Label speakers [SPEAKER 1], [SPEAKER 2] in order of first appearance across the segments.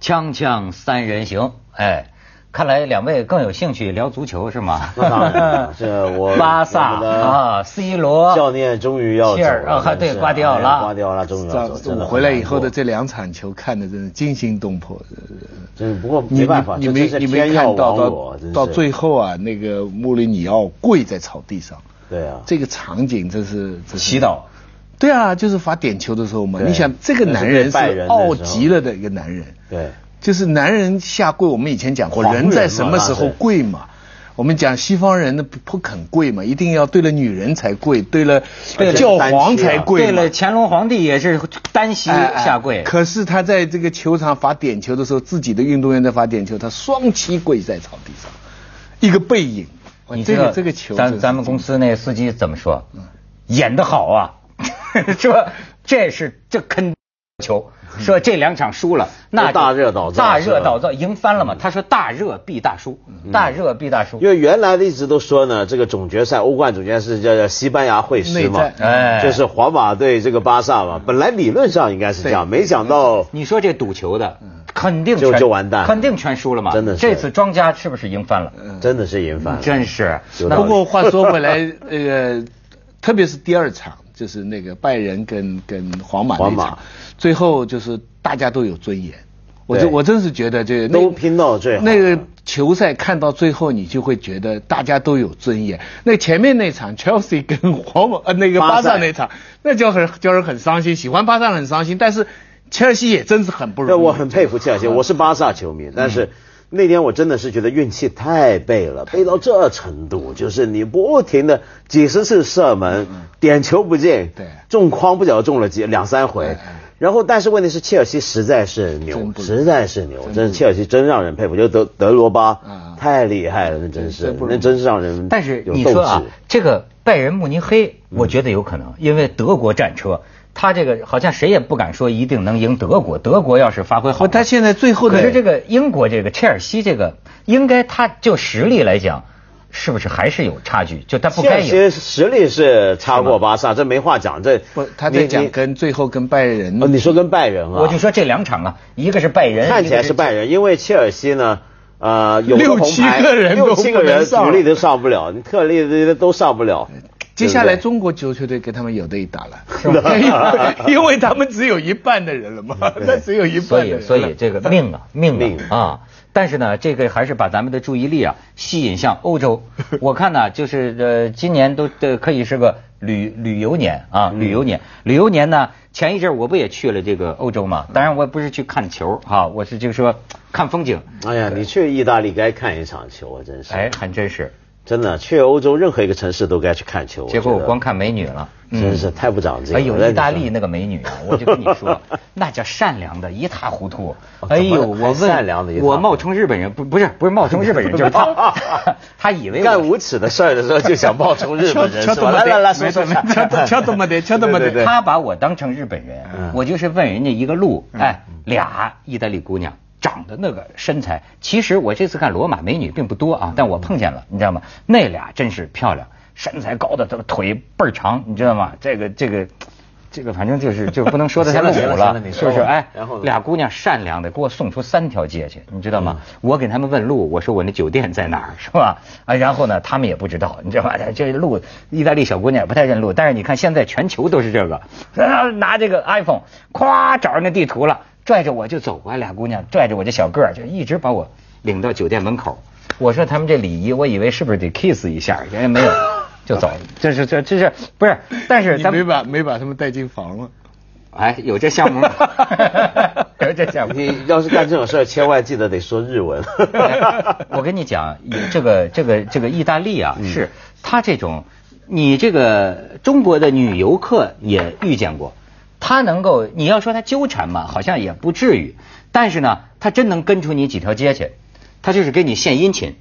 [SPEAKER 1] 锵锵三人行，哎，看来两位更有兴趣聊足球是吗？
[SPEAKER 2] 那当然了这 我
[SPEAKER 1] 巴萨
[SPEAKER 2] 我们的
[SPEAKER 1] 啊，C 罗
[SPEAKER 2] 教练终于要走
[SPEAKER 1] 切尔
[SPEAKER 2] 了，
[SPEAKER 1] 啊对
[SPEAKER 2] 真是
[SPEAKER 1] 瓜迪奥拉
[SPEAKER 2] 哎瓜迪奥拉终于要走，真的
[SPEAKER 3] 我
[SPEAKER 2] 很
[SPEAKER 3] 回来以
[SPEAKER 2] 难
[SPEAKER 3] 后的
[SPEAKER 2] 过
[SPEAKER 3] 这两场球看的真是惊心动魄。呃
[SPEAKER 2] 真是不过
[SPEAKER 3] 你
[SPEAKER 2] 没办法，
[SPEAKER 3] 你
[SPEAKER 2] 这
[SPEAKER 3] 你没
[SPEAKER 2] 真是
[SPEAKER 3] 你没
[SPEAKER 2] 天
[SPEAKER 3] 看
[SPEAKER 2] 要
[SPEAKER 3] 到
[SPEAKER 2] 亡
[SPEAKER 3] 到
[SPEAKER 2] 我，真是
[SPEAKER 3] 到最后啊，那个穆里尼奥跪在草地上，
[SPEAKER 2] 对啊，
[SPEAKER 3] 这个场景真是真是
[SPEAKER 1] 祈祷。
[SPEAKER 3] 对啊，就是罚点球的时候嘛。
[SPEAKER 2] 对
[SPEAKER 3] 你想这个男人
[SPEAKER 2] 那是对拜仁
[SPEAKER 3] 是
[SPEAKER 2] 的时候
[SPEAKER 3] 傲极了的一个男人，
[SPEAKER 2] 对
[SPEAKER 3] 就是男人下跪，我们以前讲过，
[SPEAKER 2] 狂人
[SPEAKER 3] 人在什么时候
[SPEAKER 2] 嘛
[SPEAKER 3] 跪嘛？我们讲西方人的不不肯跪嘛，一定要对了女人才跪，对了
[SPEAKER 2] 对了
[SPEAKER 3] 教
[SPEAKER 2] 单
[SPEAKER 3] 皇
[SPEAKER 2] 膝啊
[SPEAKER 3] 才跪
[SPEAKER 1] 对
[SPEAKER 3] 嘛。
[SPEAKER 1] 了，乾隆皇帝也是单膝
[SPEAKER 3] 哎哎
[SPEAKER 1] 下跪。
[SPEAKER 3] 可是他在这个球场罚点球的时候，自己的运动员在罚点球，他双膝跪在草地上，一个背影。哇
[SPEAKER 1] 你
[SPEAKER 3] 这
[SPEAKER 1] 知道
[SPEAKER 3] 个这个球真
[SPEAKER 1] 咱
[SPEAKER 3] 是
[SPEAKER 1] 咱们公司那司机怎么说？演得好啊， 说这是这肯球，说这两场输了，那就
[SPEAKER 2] 大热倒灶
[SPEAKER 1] 大
[SPEAKER 2] 是吧嗯
[SPEAKER 1] 热倒灶赢翻了嘛。他说大热必大输，大热必大输
[SPEAKER 2] 因。为原来一直都说呢，这个总决赛、欧冠总决赛是叫西班牙会师嘛
[SPEAKER 3] 内，战
[SPEAKER 1] 哎
[SPEAKER 2] 就是皇马对这个巴萨嘛，本来理论上应该是这样，
[SPEAKER 3] 对
[SPEAKER 2] 没想到
[SPEAKER 1] 你说这赌球的，肯定
[SPEAKER 2] 嗯就
[SPEAKER 1] 全
[SPEAKER 2] 就完蛋了
[SPEAKER 1] 肯定全输了嘛。
[SPEAKER 2] 真的是
[SPEAKER 1] 这次庄家是不是赢翻了？
[SPEAKER 3] 嗯
[SPEAKER 2] 真的是赢翻了，
[SPEAKER 1] 真是。
[SPEAKER 2] 有道
[SPEAKER 3] 不
[SPEAKER 2] 理
[SPEAKER 3] 过话说回来，那 个特别是第二场，就是那个拜仁跟跟皇马那
[SPEAKER 2] 皇马
[SPEAKER 3] 场，最后就是大家都有尊严。我
[SPEAKER 2] 对
[SPEAKER 3] 真我真是觉得这
[SPEAKER 2] 都拼到最后
[SPEAKER 3] 那个球赛看到最后，你就会觉得大家都有尊严。那前面那场 Chelsea 跟皇马呃那个
[SPEAKER 2] 巴
[SPEAKER 3] 巴
[SPEAKER 2] 萨
[SPEAKER 3] 萨那场，那叫很叫人很伤心，喜欢巴萨很伤心，但是切尔西也真是很不容
[SPEAKER 2] 对，
[SPEAKER 3] 易。
[SPEAKER 2] 我很佩服切尔西，我是巴萨球迷，但是那天我真的是觉得运气太背了，背到这程度，就是你不停的几十次射门，点球不进，
[SPEAKER 3] 对
[SPEAKER 2] 中框不晓得中了几两三回。然后，但是问题是，切尔西实在是牛
[SPEAKER 3] 真，不
[SPEAKER 2] 实在是牛，真是切尔西真让人佩服。就德德罗巴
[SPEAKER 3] 嗯
[SPEAKER 2] 太厉害了，那真是
[SPEAKER 3] 真不，容易
[SPEAKER 2] 那真是让人
[SPEAKER 1] 但是
[SPEAKER 2] 有
[SPEAKER 1] 你
[SPEAKER 2] 斗
[SPEAKER 1] 说啊
[SPEAKER 2] 志，嗯
[SPEAKER 1] 这个拜仁慕尼黑，我觉得有可能，因为德国战车，他这个好像谁也不敢说一定能赢德国。德国要是发挥好
[SPEAKER 3] 不，，他现在最后
[SPEAKER 1] 可
[SPEAKER 3] 的
[SPEAKER 1] 是这个英国这个切尔西这个，应该他就实力来讲，是不是还是有差距？就他不
[SPEAKER 2] 切
[SPEAKER 1] 该
[SPEAKER 2] 尔
[SPEAKER 1] 赢。
[SPEAKER 2] 西实力是超过巴萨，这没话讲。这
[SPEAKER 3] 不他在
[SPEAKER 2] 你
[SPEAKER 3] 讲
[SPEAKER 2] 你
[SPEAKER 3] 跟最后跟拜仁
[SPEAKER 2] 哦，你说跟拜仁啊，
[SPEAKER 1] 我就说这两场啊，一个是拜仁，
[SPEAKER 2] 看起来是拜仁，因为切尔西呢，呃，有
[SPEAKER 3] 六
[SPEAKER 2] 个红牌
[SPEAKER 3] 七个人
[SPEAKER 2] 六
[SPEAKER 3] 都
[SPEAKER 2] 七
[SPEAKER 3] 不
[SPEAKER 2] 个人
[SPEAKER 3] 能上
[SPEAKER 2] 主力都上不了，你特例都上不了。
[SPEAKER 3] 接下来
[SPEAKER 2] 对
[SPEAKER 3] 中国足球队跟他们有的一打了，是吧？ 因为因为他们只有一半的人了嘛，那只有一
[SPEAKER 1] 所
[SPEAKER 3] 半的人
[SPEAKER 1] 以
[SPEAKER 3] 了。
[SPEAKER 1] 所以这个命啊命
[SPEAKER 2] 命
[SPEAKER 1] 啊啊！但是呢，这个还是把咱们的注意力啊吸引向欧洲。我看呢、就是呃，今年都呃可以是个旅旅游年啊，旅游年，旅游年呢，前一阵儿我不也去了这个欧洲嘛？当然我也不是去看球哈、我是就说看风景。
[SPEAKER 2] 哎呀，你去意大利该看一场球啊，真是，
[SPEAKER 1] 哎，还真是，
[SPEAKER 2] 真的去欧洲任何一个城市都该去看球。
[SPEAKER 1] 结果
[SPEAKER 2] 觉
[SPEAKER 1] 我
[SPEAKER 2] 得
[SPEAKER 1] 光看美女了。
[SPEAKER 2] 真是太不长进了。
[SPEAKER 1] 哎呦，
[SPEAKER 2] 那
[SPEAKER 1] 意
[SPEAKER 2] 你
[SPEAKER 1] 大
[SPEAKER 2] 说
[SPEAKER 1] 利那个美女啊，我就跟你 说，那叫善良的一塌糊涂。
[SPEAKER 2] 哦
[SPEAKER 1] 哎呦，
[SPEAKER 2] 怎么还
[SPEAKER 1] 我问，
[SPEAKER 2] 善良得一塌糊涂
[SPEAKER 1] 我冒充日本人，不不是不是冒充日本人，就是 他，他以为
[SPEAKER 2] 干
[SPEAKER 1] 我。
[SPEAKER 2] 无耻的事儿的时候就想冒充日 本人，是吧？来来来，说说看，
[SPEAKER 3] 敲这么的，敲这么
[SPEAKER 2] 对对嗯
[SPEAKER 3] 的。
[SPEAKER 1] 他把我当成日本人，我就是问人家一个路，哎，俩意大利姑娘长得那个身材，其实我这次看罗马美女并不多
[SPEAKER 2] 嗯
[SPEAKER 1] 啊，但我碰见了，你知道吗？那俩真是漂亮，身材高的，这个腿倍儿长，你知道吗？这个这个。这个反正就是就不能说的 太露
[SPEAKER 2] 行
[SPEAKER 1] 骨
[SPEAKER 2] 了行了行了你
[SPEAKER 1] 是
[SPEAKER 2] 说
[SPEAKER 1] 不是？
[SPEAKER 2] 吧
[SPEAKER 1] 哎
[SPEAKER 2] 然后，呢
[SPEAKER 1] 俩姑娘善良的给我送出三条街去，你知道吗？我给他们问路，我说我那酒店在哪儿，是吧？啊，然后呢，他们也不知道，你知道吧？哎这路，意大利小姑娘也不太认路，但是你看现在全球都是这个，啊拿这个 iPhone，咵找着那地图了，拽着我就走啊，俩姑娘拽着我这小个儿，就一直把我领到酒店门口。我说他们这礼仪，我以为是不是得 kiss 一下，人家没有，就走了。这是这这是不是？但是
[SPEAKER 3] 你
[SPEAKER 1] 咱们
[SPEAKER 3] 没把没把他们带进房了。
[SPEAKER 1] 哎，有这项目吗？有这项目。
[SPEAKER 2] 你要是干这种事儿，千万记得得说 日文。
[SPEAKER 1] 我跟你讲，有这个这个这个意大利
[SPEAKER 2] 嗯
[SPEAKER 1] 啊，是他这种，你这个中国的女游客也遇见过，他能够，你要说他纠缠嘛，好像也不至于，但是呢，他真能跟出你几条街去，他就是给你献殷勤。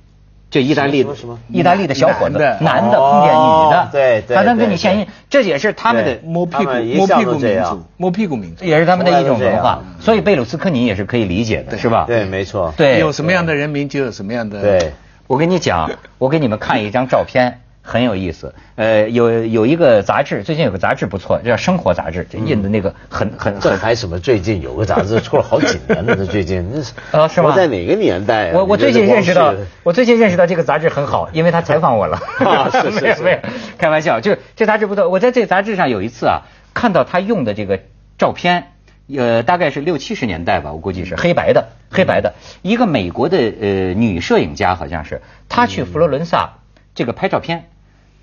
[SPEAKER 1] 就意大利
[SPEAKER 2] 什么什么
[SPEAKER 1] 意大利的小伙子，
[SPEAKER 3] 男的
[SPEAKER 1] 男的碰见
[SPEAKER 2] 哦
[SPEAKER 1] 女的，
[SPEAKER 2] 对对
[SPEAKER 1] 他能跟你
[SPEAKER 2] 对
[SPEAKER 1] 献殷，这也是他们的
[SPEAKER 2] 对
[SPEAKER 3] 摸屁股，
[SPEAKER 2] 他们一
[SPEAKER 3] 摸
[SPEAKER 2] 向
[SPEAKER 3] 屁
[SPEAKER 2] 都
[SPEAKER 3] 股
[SPEAKER 2] 这
[SPEAKER 3] 民
[SPEAKER 2] 样
[SPEAKER 3] 族，摸屁股民族。
[SPEAKER 1] 也是他们的一种
[SPEAKER 2] 从来都
[SPEAKER 1] 文
[SPEAKER 2] 这
[SPEAKER 1] 化
[SPEAKER 2] 样，
[SPEAKER 1] 所以贝鲁斯科尼也是可以理解的，是吧？
[SPEAKER 2] 对，没错，
[SPEAKER 1] 对，
[SPEAKER 3] 有什么样的人民就有什么样的。
[SPEAKER 2] 对。
[SPEAKER 1] 我跟你讲，我给你们看一张照片，很有意思。呃，有有一个杂志，最近有个杂志不错，叫《生活杂志》，就
[SPEAKER 2] 嗯
[SPEAKER 1] 印的那个很很
[SPEAKER 2] 这
[SPEAKER 1] 很
[SPEAKER 2] 还什么？最近有个杂志出了好几年了，这最近那是
[SPEAKER 1] 啊是吗
[SPEAKER 2] 活在哪个年代啊？
[SPEAKER 1] 我我
[SPEAKER 2] 你这
[SPEAKER 1] 最近
[SPEAKER 2] 是光
[SPEAKER 1] 认识到
[SPEAKER 2] 是，
[SPEAKER 1] 我最近认识到这个杂志很好，因为他采访我了。
[SPEAKER 2] 啊是是
[SPEAKER 1] 没 有
[SPEAKER 2] 是
[SPEAKER 1] 没有，开玩笑，就是这杂志不错。我在这杂志上有一次啊，看到他用的这个照片，呃，大概是六七十年代吧，我估
[SPEAKER 2] 嗯
[SPEAKER 1] 计是黑白的，黑白的。一个美国的呃女摄影家好像是，她
[SPEAKER 2] 嗯
[SPEAKER 1] 去佛罗伦萨这个拍照片，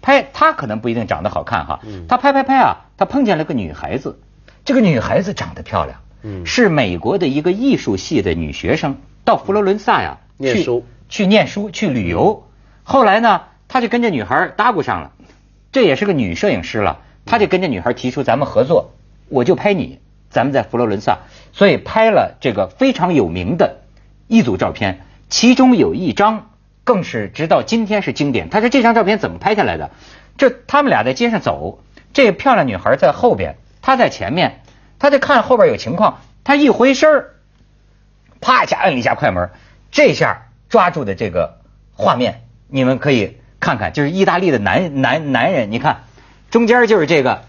[SPEAKER 1] 拍她可能不一定长得好看哈，
[SPEAKER 2] 嗯
[SPEAKER 1] 她拍拍拍啊，她碰见了个女孩子，这个女孩子长得漂亮，
[SPEAKER 2] 嗯
[SPEAKER 1] 是美国的一个艺术系的女学生，到佛罗伦萨呀。
[SPEAKER 2] 嗯念
[SPEAKER 1] 去
[SPEAKER 2] 书嗯
[SPEAKER 1] 去念书去旅游。后来呢，他就跟这女孩搭咕上了，这也是个女摄影师了，他就跟这女孩提出咱们合作，我就拍你，咱们在佛罗伦萨，所以拍了这个非常有名的一组照片，其中有一张更是直到今天是经典。他说这张照片怎么拍下来的？这他们俩在街上走，这漂亮女孩在后边，他在前面，他就看后边有情况，他一回身儿啪一下摁了一下快门，这下抓住的这个画面，你们可以看看，就是意大利的男男男人，你看中间就是这个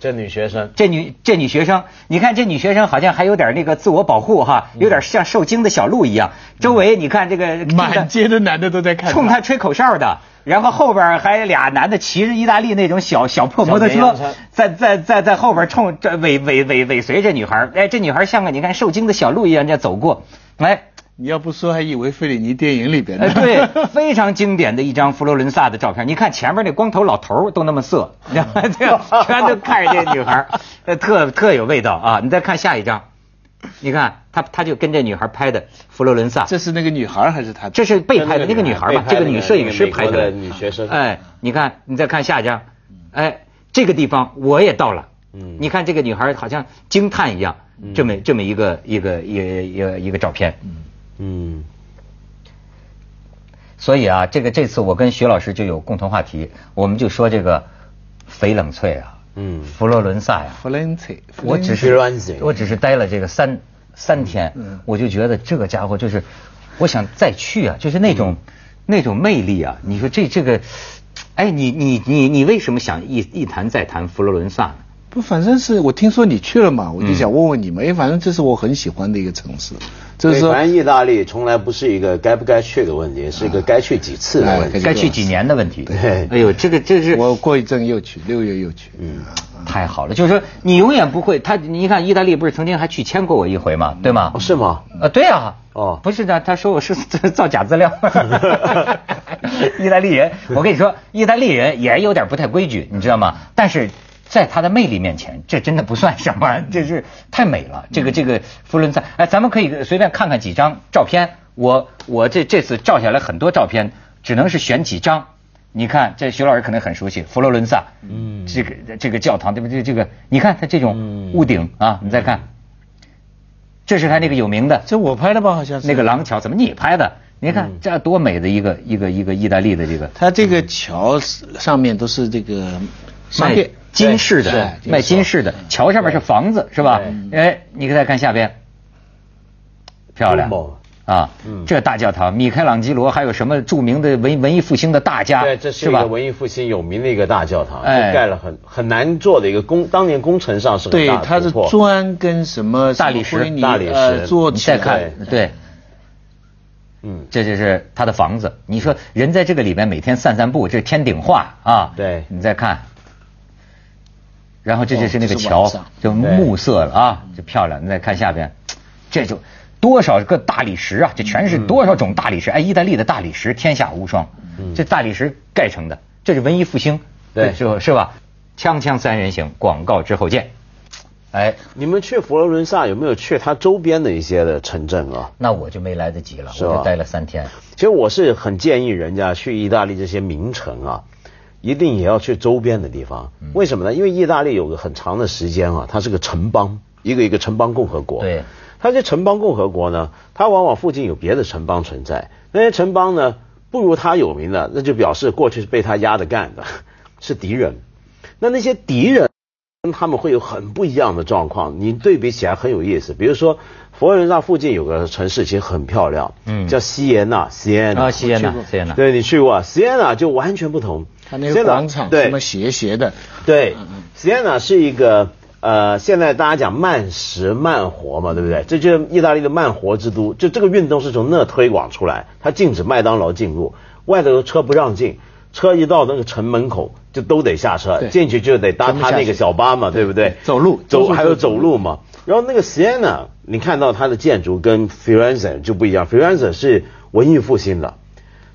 [SPEAKER 2] 这女学生
[SPEAKER 1] 这女这女学生，你看这女学生好像还有点那个自我保护哈，
[SPEAKER 2] 嗯
[SPEAKER 1] 有点像受惊的小鹿一样，周围你看这个
[SPEAKER 3] 满街的男的都在看
[SPEAKER 1] 冲他吹口哨的，然后后边还有俩男的骑着意大利那种小小破摩托
[SPEAKER 2] 小绵
[SPEAKER 1] 车
[SPEAKER 2] 羊车，
[SPEAKER 1] 在在在在后边冲这尾尾尾尾随这女孩儿，哎，这女孩像个你看受惊的小鹿一样在走过，哎。
[SPEAKER 3] 你要不说还以为费里尼电影里边
[SPEAKER 1] 呃，
[SPEAKER 3] 的。
[SPEAKER 1] 对，非常经典的一张佛罗伦萨的照片。你看前面那光头老头儿都那么色， 然后这个全都看着这女孩儿，呃，特特有味道啊！你再看下一张，你看他他就跟这女孩拍的佛罗伦萨，
[SPEAKER 3] 这是那个女孩儿还是他？
[SPEAKER 1] 这是被拍的那个女孩嘛，这
[SPEAKER 2] 被拍
[SPEAKER 1] 个
[SPEAKER 2] 的
[SPEAKER 1] 女摄影师拍的
[SPEAKER 2] 那个美国的女学生
[SPEAKER 1] 哎，你看，你再看下一张，哎，这个地方我也到了。
[SPEAKER 2] 嗯
[SPEAKER 1] 你看这个女孩好像惊叹一样，这么这么一个一个一个一个一个照片。
[SPEAKER 2] 嗯，
[SPEAKER 1] 所以啊，这个这次我跟徐老师就有共同话题，我们就说这个翡冷翠啊，
[SPEAKER 2] 嗯
[SPEAKER 1] 佛罗伦萨呀、
[SPEAKER 3] 弗兰茨，
[SPEAKER 1] 我只
[SPEAKER 2] 弗
[SPEAKER 1] 是
[SPEAKER 2] 兰西
[SPEAKER 1] 我只是待了这个三三天，我就觉得这个家伙就是，我想再去啊，就是那种、
[SPEAKER 2] 嗯
[SPEAKER 1] 那种魅力啊！你说这这个，哎，你你你你为什么想一一谈再谈佛罗伦萨呢？
[SPEAKER 3] 不，反正是我听说你去了嘛，我
[SPEAKER 2] 嗯
[SPEAKER 3] 就想问问你们，哎，反正这是我很喜欢的一个城市，就是
[SPEAKER 2] 对
[SPEAKER 3] 说
[SPEAKER 2] 反正意大利从来不是一个该不该去的问题，是一
[SPEAKER 1] 啊
[SPEAKER 2] 个该去几次的问
[SPEAKER 3] 哎
[SPEAKER 2] 题。
[SPEAKER 1] 该去几年的问题。
[SPEAKER 2] 对
[SPEAKER 1] 哎呦，这个这是
[SPEAKER 3] 我过一阵又去，六月又去。嗯，
[SPEAKER 1] 太好了，就是说你永远不会，他你看意大利不是曾经还去签过我一回嘛，对吗？
[SPEAKER 2] 哦是吗？
[SPEAKER 1] 啊，对啊，
[SPEAKER 2] 哦
[SPEAKER 1] 不是的，他说我是 造假资料。意大利人，我跟你说，意大利人也有点不太规矩，你知道吗？但是在他的魅力面前，这真的不算什么，这是太美了。这个这个佛罗伦萨，哎，咱们可以随便看看几张照片。我我这这次照下来很多照片，只能是选几张。你看，这徐老师可能很熟悉佛罗伦萨，嗯，这个这个教堂对不对？这个你看它这种屋顶啊，你再看，这是他那个有名的
[SPEAKER 3] 这我拍的吧，好像是
[SPEAKER 1] 那个廊桥怎么你拍的？你看这多美的一个一个一个意大利的这个
[SPEAKER 3] 它这个桥是上面都是这个商
[SPEAKER 1] 卖
[SPEAKER 3] 店，
[SPEAKER 1] 金饰
[SPEAKER 3] 对
[SPEAKER 1] 的
[SPEAKER 3] 是
[SPEAKER 1] 卖金饰的桥上面是房子是吧？哎，你再看下边，漂亮
[SPEAKER 2] 多么
[SPEAKER 1] 啊
[SPEAKER 2] 嗯！
[SPEAKER 1] 这大教堂，米开朗基罗还有什么著名的文文艺复兴的大家
[SPEAKER 2] 对，这是
[SPEAKER 1] 啊是
[SPEAKER 2] 一
[SPEAKER 1] 吧
[SPEAKER 2] 个？文艺复兴有名的一个大教堂，
[SPEAKER 1] 哎
[SPEAKER 2] 就盖了很很难做的一个工，当年工程上是很
[SPEAKER 3] 对
[SPEAKER 2] 大，的
[SPEAKER 3] 它是
[SPEAKER 2] 突破
[SPEAKER 3] 砖跟什么
[SPEAKER 1] 大理石
[SPEAKER 3] 什么灰泥
[SPEAKER 2] 大理石
[SPEAKER 3] 呃做
[SPEAKER 1] 你
[SPEAKER 3] 起来
[SPEAKER 1] 再看
[SPEAKER 2] 对
[SPEAKER 1] 对。
[SPEAKER 2] 嗯，
[SPEAKER 1] 这就是他的房子。你说人在这个里面每天散散步，这是天顶画啊。
[SPEAKER 2] 对
[SPEAKER 1] 你再看，然后这就是那个
[SPEAKER 3] 哦这是
[SPEAKER 1] 桥
[SPEAKER 3] 晚上，嗯
[SPEAKER 1] 就暮色了啊，就漂亮。你再看下边，这就多少个大理石啊，这全
[SPEAKER 3] 嗯
[SPEAKER 1] 是多少种大理石？哎，意大利的大理石天下无双，
[SPEAKER 3] 嗯
[SPEAKER 1] 这大理石盖成的，这是文艺复兴，
[SPEAKER 2] 对
[SPEAKER 1] 是吧是吧？锵锵三人行，广告之后见。哎，
[SPEAKER 2] 你们去佛罗伦萨有没有去它周边的一些的城镇啊？
[SPEAKER 1] 那我就没来得及了，
[SPEAKER 2] 是
[SPEAKER 1] 我
[SPEAKER 2] 吧
[SPEAKER 1] 就待了三天。
[SPEAKER 2] 其实我是很建议人家去意大利这些名城啊，一定也要去周边的地方。为什么呢？因为意大利有个很长的时间啊，它是个城邦，一个一个城邦共和国。
[SPEAKER 1] 对，
[SPEAKER 2] 它这城邦共和国呢，它往往附近有别的城邦存在，那些城邦呢不如它有名 的，那就表示过去是被它压着干的，是敌人。那那些敌人。他们会有很不一样的状况，你对比起来很有意思。比如说，佛罗伦萨附近有个城市其实很漂亮，
[SPEAKER 1] 嗯
[SPEAKER 2] 叫锡耶纳，锡耶纳
[SPEAKER 1] 啊，西安呐，西安呐，
[SPEAKER 2] 对你去过啊，Siena 就完全不同。
[SPEAKER 3] 它那个广场
[SPEAKER 2] Siena，对
[SPEAKER 3] 什么斜斜的，
[SPEAKER 2] 对，Siena
[SPEAKER 3] 嗯
[SPEAKER 2] 是一个呃，现在大家讲慢食慢活嘛，对不对？这就是意大利的慢活之都，就这个运动是从那推广出来，它禁止麦当劳进入，外头有车不让进，车一到那个城门口就都得下车，
[SPEAKER 3] 对
[SPEAKER 2] 进去就得搭
[SPEAKER 3] 全部
[SPEAKER 2] 他
[SPEAKER 3] 下
[SPEAKER 2] 那个
[SPEAKER 3] 去
[SPEAKER 2] 小巴嘛，对不对？
[SPEAKER 3] 走路
[SPEAKER 2] 走
[SPEAKER 3] 都是
[SPEAKER 2] 还有走路嘛。然后那个 Siena，你看到它的建筑跟 Firenze 就不一样，Firenze 是文艺复兴的。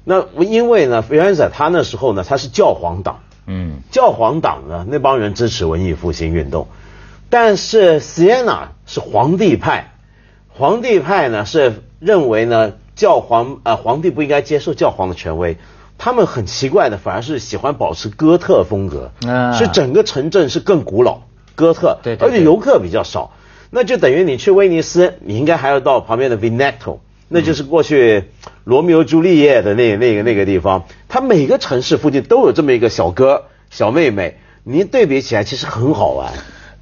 [SPEAKER 2] 那因为呢，Firenze 它那时候呢，它是教皇党，
[SPEAKER 1] 嗯，
[SPEAKER 2] 教皇党呢那帮人支持文艺复兴运动，但是 Siena 是皇帝派，皇帝派呢是认为呢教皇呃皇帝不应该接受教皇的权威，他们很奇怪的反而是喜欢保持哥特风格，
[SPEAKER 1] 啊
[SPEAKER 2] 是整个城镇是更古老哥特，
[SPEAKER 1] 对对
[SPEAKER 2] 而且
[SPEAKER 1] 对
[SPEAKER 2] 游客比较少，那就等于你去威尼斯，你应该还要到旁边的 Veneto。那就是过去罗密欧朱丽叶的那那个那个地方，它每个城市附近都有这么一个小哥小妹妹，你对比起来其实很好玩。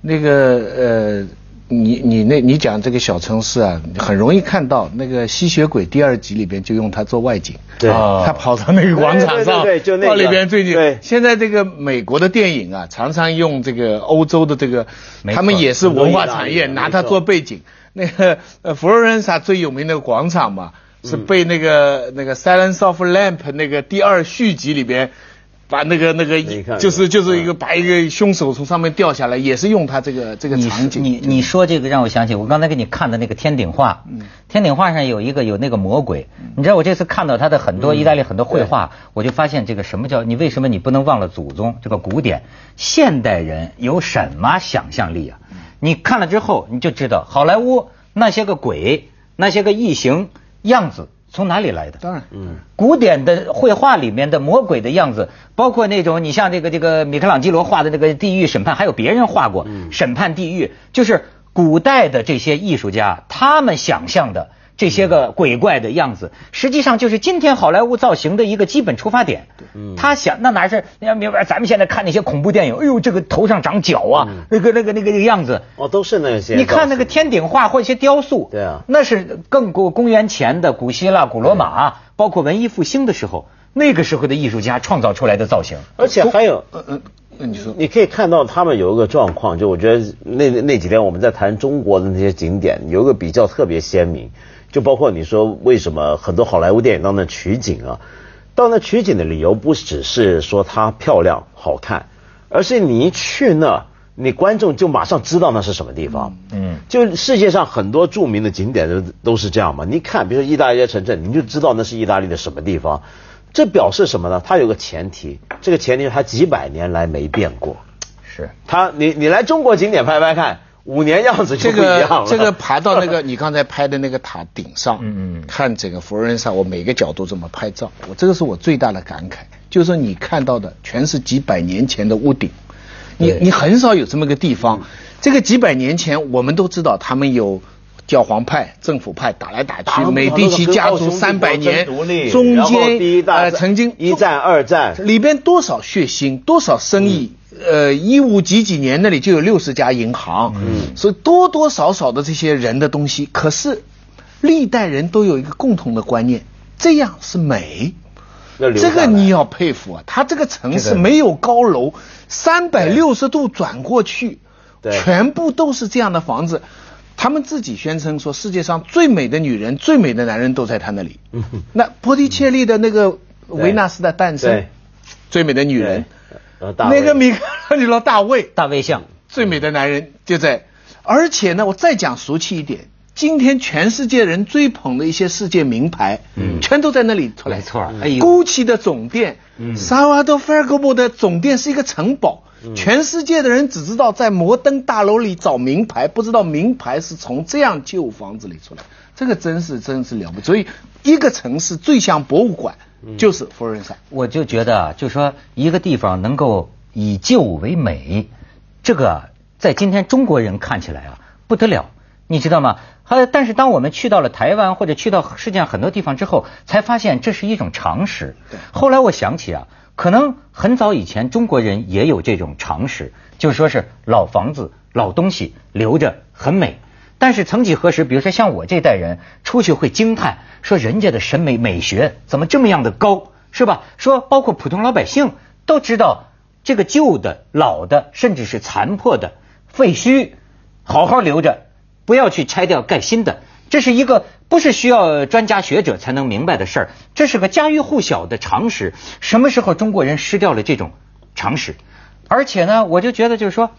[SPEAKER 3] 那个呃，你你那你讲这个小城市啊，很容易看到那个吸血鬼第二集里边就用它做外景。
[SPEAKER 2] 对
[SPEAKER 1] 哦
[SPEAKER 3] 他跑到那个广场上，
[SPEAKER 2] 对对对对就那个
[SPEAKER 3] 到里边最近。
[SPEAKER 2] 对
[SPEAKER 3] 现在这个美国的电影啊，常常用这个欧洲的这个
[SPEAKER 1] 没，错
[SPEAKER 3] 他们也是文化
[SPEAKER 2] 很多
[SPEAKER 3] 产
[SPEAKER 2] 意大
[SPEAKER 3] 业，
[SPEAKER 2] 利
[SPEAKER 3] 拿它
[SPEAKER 2] 没错
[SPEAKER 3] 做背景。那个呃，佛罗伦萨最有名的广场嘛，是
[SPEAKER 2] 嗯
[SPEAKER 3] 被那个、那个《Silence of Lamp》那个第二续集里边。把那个那个
[SPEAKER 2] 没看过
[SPEAKER 3] 就是就是一个把一个凶手从上面掉下来，也是用他这个这个
[SPEAKER 1] 你
[SPEAKER 3] 场景。
[SPEAKER 1] 你你说这个让我想起我刚才给你看的那个天顶画，
[SPEAKER 3] 嗯
[SPEAKER 1] 天顶画上有一个有那个魔鬼，你知道我这次看到他的很多意大利很多绘画，
[SPEAKER 3] 嗯
[SPEAKER 1] 我就发现这个什么叫你为什么你不能忘了祖宗这个古典，现代人有什么想象力啊？
[SPEAKER 3] 嗯
[SPEAKER 1] 你看了之后你就知道好莱坞那些个鬼那些个异形样子从哪里来的？
[SPEAKER 3] 当然，
[SPEAKER 2] 嗯，
[SPEAKER 1] 古典的绘画里面的魔鬼的样子，包括那种你像这个这个米开朗基罗画的这个地狱审判，还有别人画过审判地狱，就是古代的这些艺术家他们想象的这些个鬼怪的样子，实际上就是今天好莱坞造型的一个基本出发点。他想那哪是你要明白？咱们现在看那些恐怖电影，哎呦这个头上长角啊，那个那个那个那个样子，
[SPEAKER 2] 哦，都是那些。
[SPEAKER 1] 你看那个天顶画或一些雕塑，
[SPEAKER 2] 对啊
[SPEAKER 1] 那是更古公元前的古希腊、古罗马，包括文艺复兴的时候，那个时候的艺术家创造出来的造型。
[SPEAKER 2] 而且还有，
[SPEAKER 3] 呃呃，那你说
[SPEAKER 2] 你可以看到他们有一个状况，就我觉得那那几天我们在谈中国的那些景点，有一个比较特别鲜明，就包括你说为什么很多好莱坞电影到那取景啊，到那取景的理由不只是说它漂亮好看，而是你一去那，你观众就马上知道那是什么地方。
[SPEAKER 1] 嗯，
[SPEAKER 2] 就世界上很多著名的景点都都是这样嘛。你看，比如说意大利的城镇，你就知道那是意大利的什么地方。这表示什么呢？它有个前提，这个前提是它几百年来没变过。
[SPEAKER 1] 是，
[SPEAKER 2] 它，你你来中国景点拍拍看，五年样子就
[SPEAKER 3] 这
[SPEAKER 2] 不一样
[SPEAKER 3] 个
[SPEAKER 2] 了。
[SPEAKER 3] 这个爬到那个你刚才拍的那个塔顶上，
[SPEAKER 1] 嗯嗯嗯
[SPEAKER 3] 看整个佛罗伦萨，我每个角度这么拍照，我这个是我最大的感慨，就是说你看到的全是几百年前的屋顶，你
[SPEAKER 1] 对
[SPEAKER 3] 你很少有这么个地方。这个几百年前，我们都知道他们有。教皇派、政府派打来打
[SPEAKER 2] 打
[SPEAKER 3] 去，
[SPEAKER 2] 了
[SPEAKER 3] 美第奇家族三百年
[SPEAKER 2] 打了很多兄弟
[SPEAKER 3] 中
[SPEAKER 2] 然后
[SPEAKER 3] 间
[SPEAKER 2] 第一大
[SPEAKER 3] 呃
[SPEAKER 2] 战
[SPEAKER 3] 曾经
[SPEAKER 2] 一战二战
[SPEAKER 3] 里边多少血腥，多少生意。
[SPEAKER 2] 嗯
[SPEAKER 3] 呃，一五几几年那里就有六十家银行，嗯，所以多多少少的这些人的东西，可是历代人都有一个共同的观念，这样是美。
[SPEAKER 2] 要留下
[SPEAKER 3] 这
[SPEAKER 2] 来
[SPEAKER 3] 个你要佩服啊，他这个城市没有高楼，三百六十度转过去，
[SPEAKER 2] 对
[SPEAKER 3] 全部都是这样的房子。他们自己宣称说，世界上最美的女人、最美的男人都在他那里。那波提切利的那个《维纳斯的诞生》
[SPEAKER 2] 对，
[SPEAKER 3] 最美的女人，
[SPEAKER 2] 对呃大卫
[SPEAKER 3] 那个米开朗基罗大卫，
[SPEAKER 1] 大卫像，
[SPEAKER 3] 最美的男人就在。而且呢，我再讲俗气一点，今天全世界人追捧的一些世界名牌，嗯，全都在那里出来。
[SPEAKER 1] 没错儿哎呦
[SPEAKER 3] GUCCI 的总店，嗯，萨瓦多·菲尔格布的总店是一个城
[SPEAKER 1] 嗯
[SPEAKER 3] 堡。全世界的人只知道在摩登大楼里找名牌，不知道名牌是从这样旧房子里出来。这个真是真是了不起。所以，一个城市最像博物馆
[SPEAKER 1] 嗯
[SPEAKER 3] 就是佛罗伦萨。
[SPEAKER 1] 我就觉得啊，就说一个地方能够以旧为美，这个在今天中国人看起来啊不得了。你知道吗？还但是当我们去到了台湾或者去到世界上很多地方之后，才发现这是一种常识。后来我想起啊，可能很早以前中国人也有这种常识，就说是老房子、老东西留着很美。但是曾几何时，比如说像我这代人出去会惊叹，说人家的审美美学怎么这么样的高，是吧？说包括普通老百姓都知道这个旧的、老的，甚至是残破的、废墟，好好留着，不要去拆掉盖新的。这是一个不是需要专家学者才能明白的事儿，这是个家喻户晓的常识。什么时候中国人失掉了这种常识？而且呢，我就觉得就是说。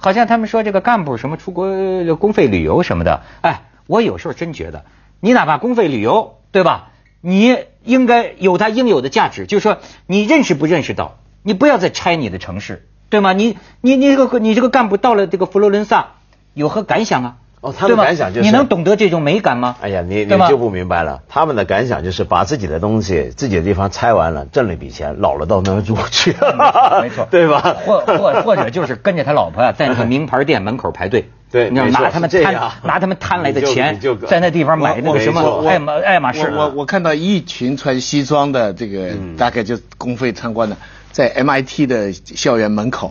[SPEAKER 1] 好像他们说这个干部什么出国呃公费旅游什么的，哎，我有时候真觉得，你哪怕公费旅游，对吧？你应该有它应有的价值，就是说你认识不认识到，你不要再拆你的城市，对吗？你你你这个你这个干部到了这个佛罗伦萨，有何感想啊？
[SPEAKER 2] 哦他
[SPEAKER 1] 对
[SPEAKER 2] 们
[SPEAKER 1] 吗
[SPEAKER 2] 感想就是
[SPEAKER 1] 你能懂得这种美感吗？
[SPEAKER 2] 哎呀，你你
[SPEAKER 1] 对吗
[SPEAKER 2] 就不明白了，他们的感想就是把自己的东西、自己的地方拆完了，挣了一笔钱，老了到那儿住去，
[SPEAKER 3] 嗯
[SPEAKER 1] 没错，
[SPEAKER 2] 对吧？
[SPEAKER 1] 或或或者就是跟着他老婆呀、在那个名牌店门口排队。
[SPEAKER 2] 对
[SPEAKER 1] 你知道
[SPEAKER 2] 没错
[SPEAKER 1] 拿他们
[SPEAKER 2] 是这
[SPEAKER 1] 贪
[SPEAKER 2] 样
[SPEAKER 1] 拿他们贪来的
[SPEAKER 2] 你就
[SPEAKER 1] 钱
[SPEAKER 2] 你就，
[SPEAKER 1] 在那地方买那
[SPEAKER 2] 我
[SPEAKER 1] 个什
[SPEAKER 2] 我
[SPEAKER 1] 么爱马爱马仕啊，
[SPEAKER 3] 我我我看到一群穿西装的这个，大概就是公费参观的，在 MIT 的校园门口，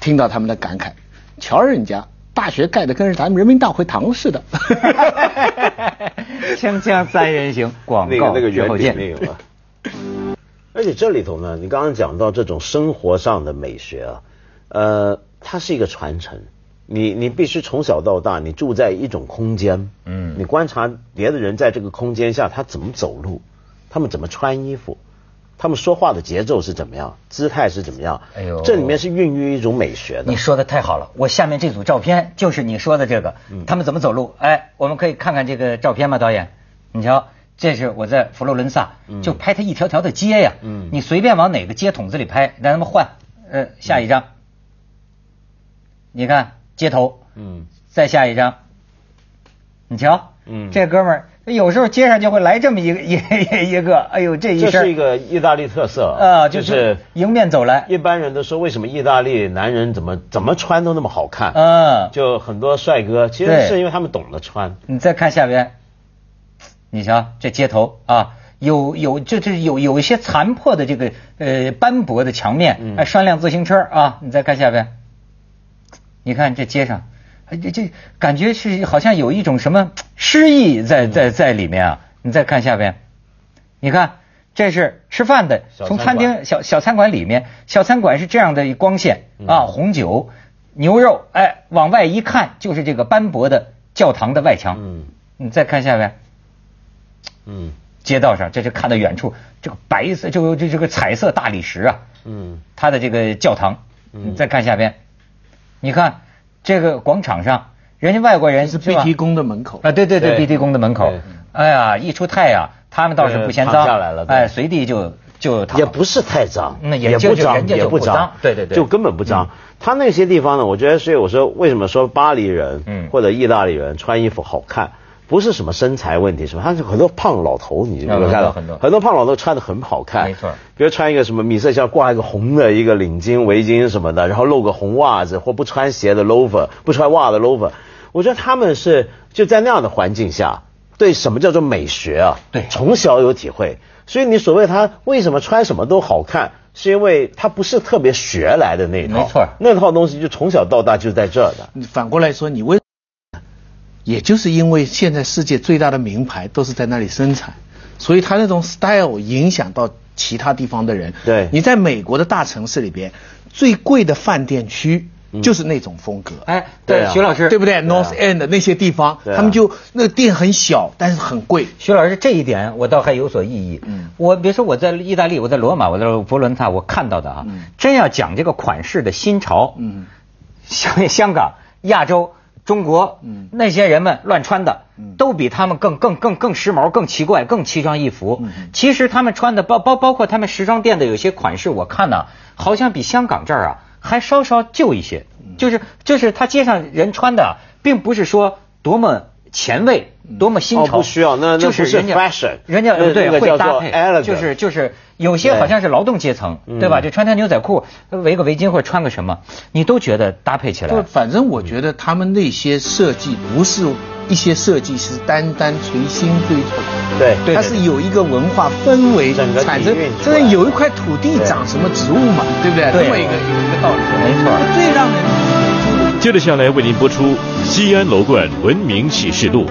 [SPEAKER 3] 听到他们的感慨，瞧人家大学盖的跟咱们人民大会堂似的。
[SPEAKER 1] 锵锵三人行，广
[SPEAKER 2] 那
[SPEAKER 1] 告
[SPEAKER 2] 个那个
[SPEAKER 1] 之
[SPEAKER 2] 原
[SPEAKER 1] 后
[SPEAKER 2] 理
[SPEAKER 1] 见。
[SPEAKER 2] 那 个嘛。啊而且这里头呢，你刚刚讲到这种生活上的美学啊，呃，它是一个传承。你你必须从小到大，你住在一种空间，嗯，你观察别的人在这个空间下他怎么走路，他们怎么穿衣服，他们说话的节奏是怎么样，姿态是怎么样，
[SPEAKER 1] 哎呦
[SPEAKER 2] 这里面是孕育一种美学的
[SPEAKER 1] 你。说的太好了，我下面这组照片就是你说的这个，
[SPEAKER 2] 嗯
[SPEAKER 1] 他们怎么走路？哎，我们可以看看这个照片吗，导演？你瞧，这是我在佛罗伦萨，就拍它一条条的街呀，
[SPEAKER 2] 嗯
[SPEAKER 1] 你随便往哪个街筒子里拍，让他们换。呃，下一张，你看街头，
[SPEAKER 2] 嗯，
[SPEAKER 1] 再下一张，你瞧，
[SPEAKER 2] 嗯
[SPEAKER 1] 这哥们儿有时候街上就会来这么一个一一一个，哎呦，这一
[SPEAKER 2] 这
[SPEAKER 1] 身儿
[SPEAKER 2] 是一个意大利特色
[SPEAKER 1] 啊就是迎面走来
[SPEAKER 2] 一般人都说，为什么意大利男人怎么怎么穿都那么好看？
[SPEAKER 1] 嗯
[SPEAKER 2] 就很多帅哥，其实
[SPEAKER 1] 对
[SPEAKER 2] 是因为他们懂得穿。
[SPEAKER 1] 你再看下边，你瞧这街头啊，有有这这有有一些残破的这个呃斑驳的墙
[SPEAKER 2] 嗯
[SPEAKER 1] 面，还拴辆自行车啊。你再看下边，你看这街上，哎这这感觉是好像有一种什么诗意
[SPEAKER 2] 嗯
[SPEAKER 1] 在在在里面啊。你再看下边，你看这是吃饭的，
[SPEAKER 2] 小
[SPEAKER 1] 从
[SPEAKER 2] 餐
[SPEAKER 1] 餐厅
[SPEAKER 2] 馆
[SPEAKER 1] 小小餐馆里面，小餐馆是这样的一光线
[SPEAKER 2] 嗯
[SPEAKER 1] 啊，红酒、牛肉，哎，往外一看就是这个斑驳的教堂的外墙。
[SPEAKER 2] 嗯
[SPEAKER 1] 你再看下面，
[SPEAKER 2] 嗯
[SPEAKER 1] 街道上，这是看到远处这个白色，这个这这个彩色大理石啊，
[SPEAKER 2] 嗯
[SPEAKER 1] 它的这个教堂。
[SPEAKER 2] 嗯
[SPEAKER 1] 你再看下边，你看这个广场上，人家外国人
[SPEAKER 3] 是
[SPEAKER 1] 是吧
[SPEAKER 3] BT 宫的门口
[SPEAKER 1] 啊，对对对
[SPEAKER 2] 对
[SPEAKER 1] ，B T 宫的门口
[SPEAKER 2] 对，
[SPEAKER 1] 哎呀，一出太阳，他们倒是不嫌
[SPEAKER 2] 呃
[SPEAKER 1] 脏，
[SPEAKER 2] 躺下来了对
[SPEAKER 1] 哎，随地就就躺，
[SPEAKER 2] 也不是太脏，
[SPEAKER 1] 那也
[SPEAKER 2] 也
[SPEAKER 1] 就
[SPEAKER 2] 不
[SPEAKER 1] 就人
[SPEAKER 2] 脏，
[SPEAKER 1] 家
[SPEAKER 2] 也
[SPEAKER 1] 就
[SPEAKER 2] 不
[SPEAKER 1] 不脏对对对嗯
[SPEAKER 2] 就根本不脏。他那些地方呢，我觉得，所以我说，为什么说巴黎人，
[SPEAKER 1] 嗯
[SPEAKER 2] 或者意大利人穿衣服好看，不是什么身材问题，什么，他是很多胖老头，你有没
[SPEAKER 1] 嗯
[SPEAKER 2] 有看到？
[SPEAKER 1] 很多很多
[SPEAKER 2] 很多胖老头穿的很好看，
[SPEAKER 1] 没错
[SPEAKER 2] 比如穿一个什么米色像挂一个红的一个领巾、围巾什么的，然后露个红袜子，或不穿鞋的 loafer，不穿袜的 loafer。我觉得他们是就在那样的环境下，对什么叫做美学啊，
[SPEAKER 1] 对
[SPEAKER 2] 从小有体会。所以你所谓他为什么穿什么都好看，是因为他不是特别学来的那一套，
[SPEAKER 1] 没错
[SPEAKER 2] 那套东西就从小到大就在这儿的。
[SPEAKER 3] 反过来说，你为也就是因为现在世界最大的名牌都是在那里生产，所以它那种 style 影响到其他地方的人。
[SPEAKER 2] 对
[SPEAKER 3] 你在美国的大城市里边，最贵的饭店区就是那种风格。
[SPEAKER 1] 哎，
[SPEAKER 2] 嗯对
[SPEAKER 1] 对，
[SPEAKER 2] 啊
[SPEAKER 1] 徐老师，
[SPEAKER 3] 对不对？North End 的那些地方，
[SPEAKER 2] 对啊
[SPEAKER 3] 他们就那个店很小，但是很贵。
[SPEAKER 1] 徐老师这一点我倒还有所异议。嗯，我别说我在意大利，我在罗马，我在佛罗伦萨，我看到的啊，
[SPEAKER 2] 嗯
[SPEAKER 1] 真要讲这个款式的新潮，嗯，香 香港、亚洲、中国，嗯，那些人们乱穿的，
[SPEAKER 2] 嗯
[SPEAKER 1] 都比他们更更更更时髦、更奇怪、更奇装异服。
[SPEAKER 2] 嗯
[SPEAKER 1] 其实他们穿的包包包括他们时装店的有些款式，我看呢、好像比香港这儿啊还稍稍旧一些，
[SPEAKER 2] 嗯
[SPEAKER 1] 就是就是他街上人穿的啊，并不是说多么。前卫多么新。新
[SPEAKER 2] 哦
[SPEAKER 1] 潮，
[SPEAKER 2] 不需要那那
[SPEAKER 1] 就是
[SPEAKER 2] 不是
[SPEAKER 1] 人家
[SPEAKER 2] fashion
[SPEAKER 1] 人家
[SPEAKER 2] 那
[SPEAKER 1] 对
[SPEAKER 2] 那个
[SPEAKER 1] 会
[SPEAKER 2] 叫
[SPEAKER 1] 搭
[SPEAKER 2] 做
[SPEAKER 1] 配，
[SPEAKER 2] elegant
[SPEAKER 1] 就是就是有些
[SPEAKER 2] 对嗯
[SPEAKER 1] 好像是劳动阶层，对吧？就穿条牛仔裤，围个围巾或者穿个什么，你都觉得搭配起
[SPEAKER 3] 就
[SPEAKER 1] 来。
[SPEAKER 3] 反正我觉得他们那些设计不是一些设计是单单随心追求，
[SPEAKER 4] 对
[SPEAKER 1] 对
[SPEAKER 3] 它是有一个文化氛围
[SPEAKER 4] 整个底
[SPEAKER 3] 产生
[SPEAKER 4] 蕴，出来
[SPEAKER 3] 真的有一块土地长什么植物嘛，对不对？
[SPEAKER 1] 对
[SPEAKER 3] 这么一个有一个道理，
[SPEAKER 1] 没错
[SPEAKER 3] 那最让人。
[SPEAKER 2] 接着下来为您播出《西安楼冠文明启示录》。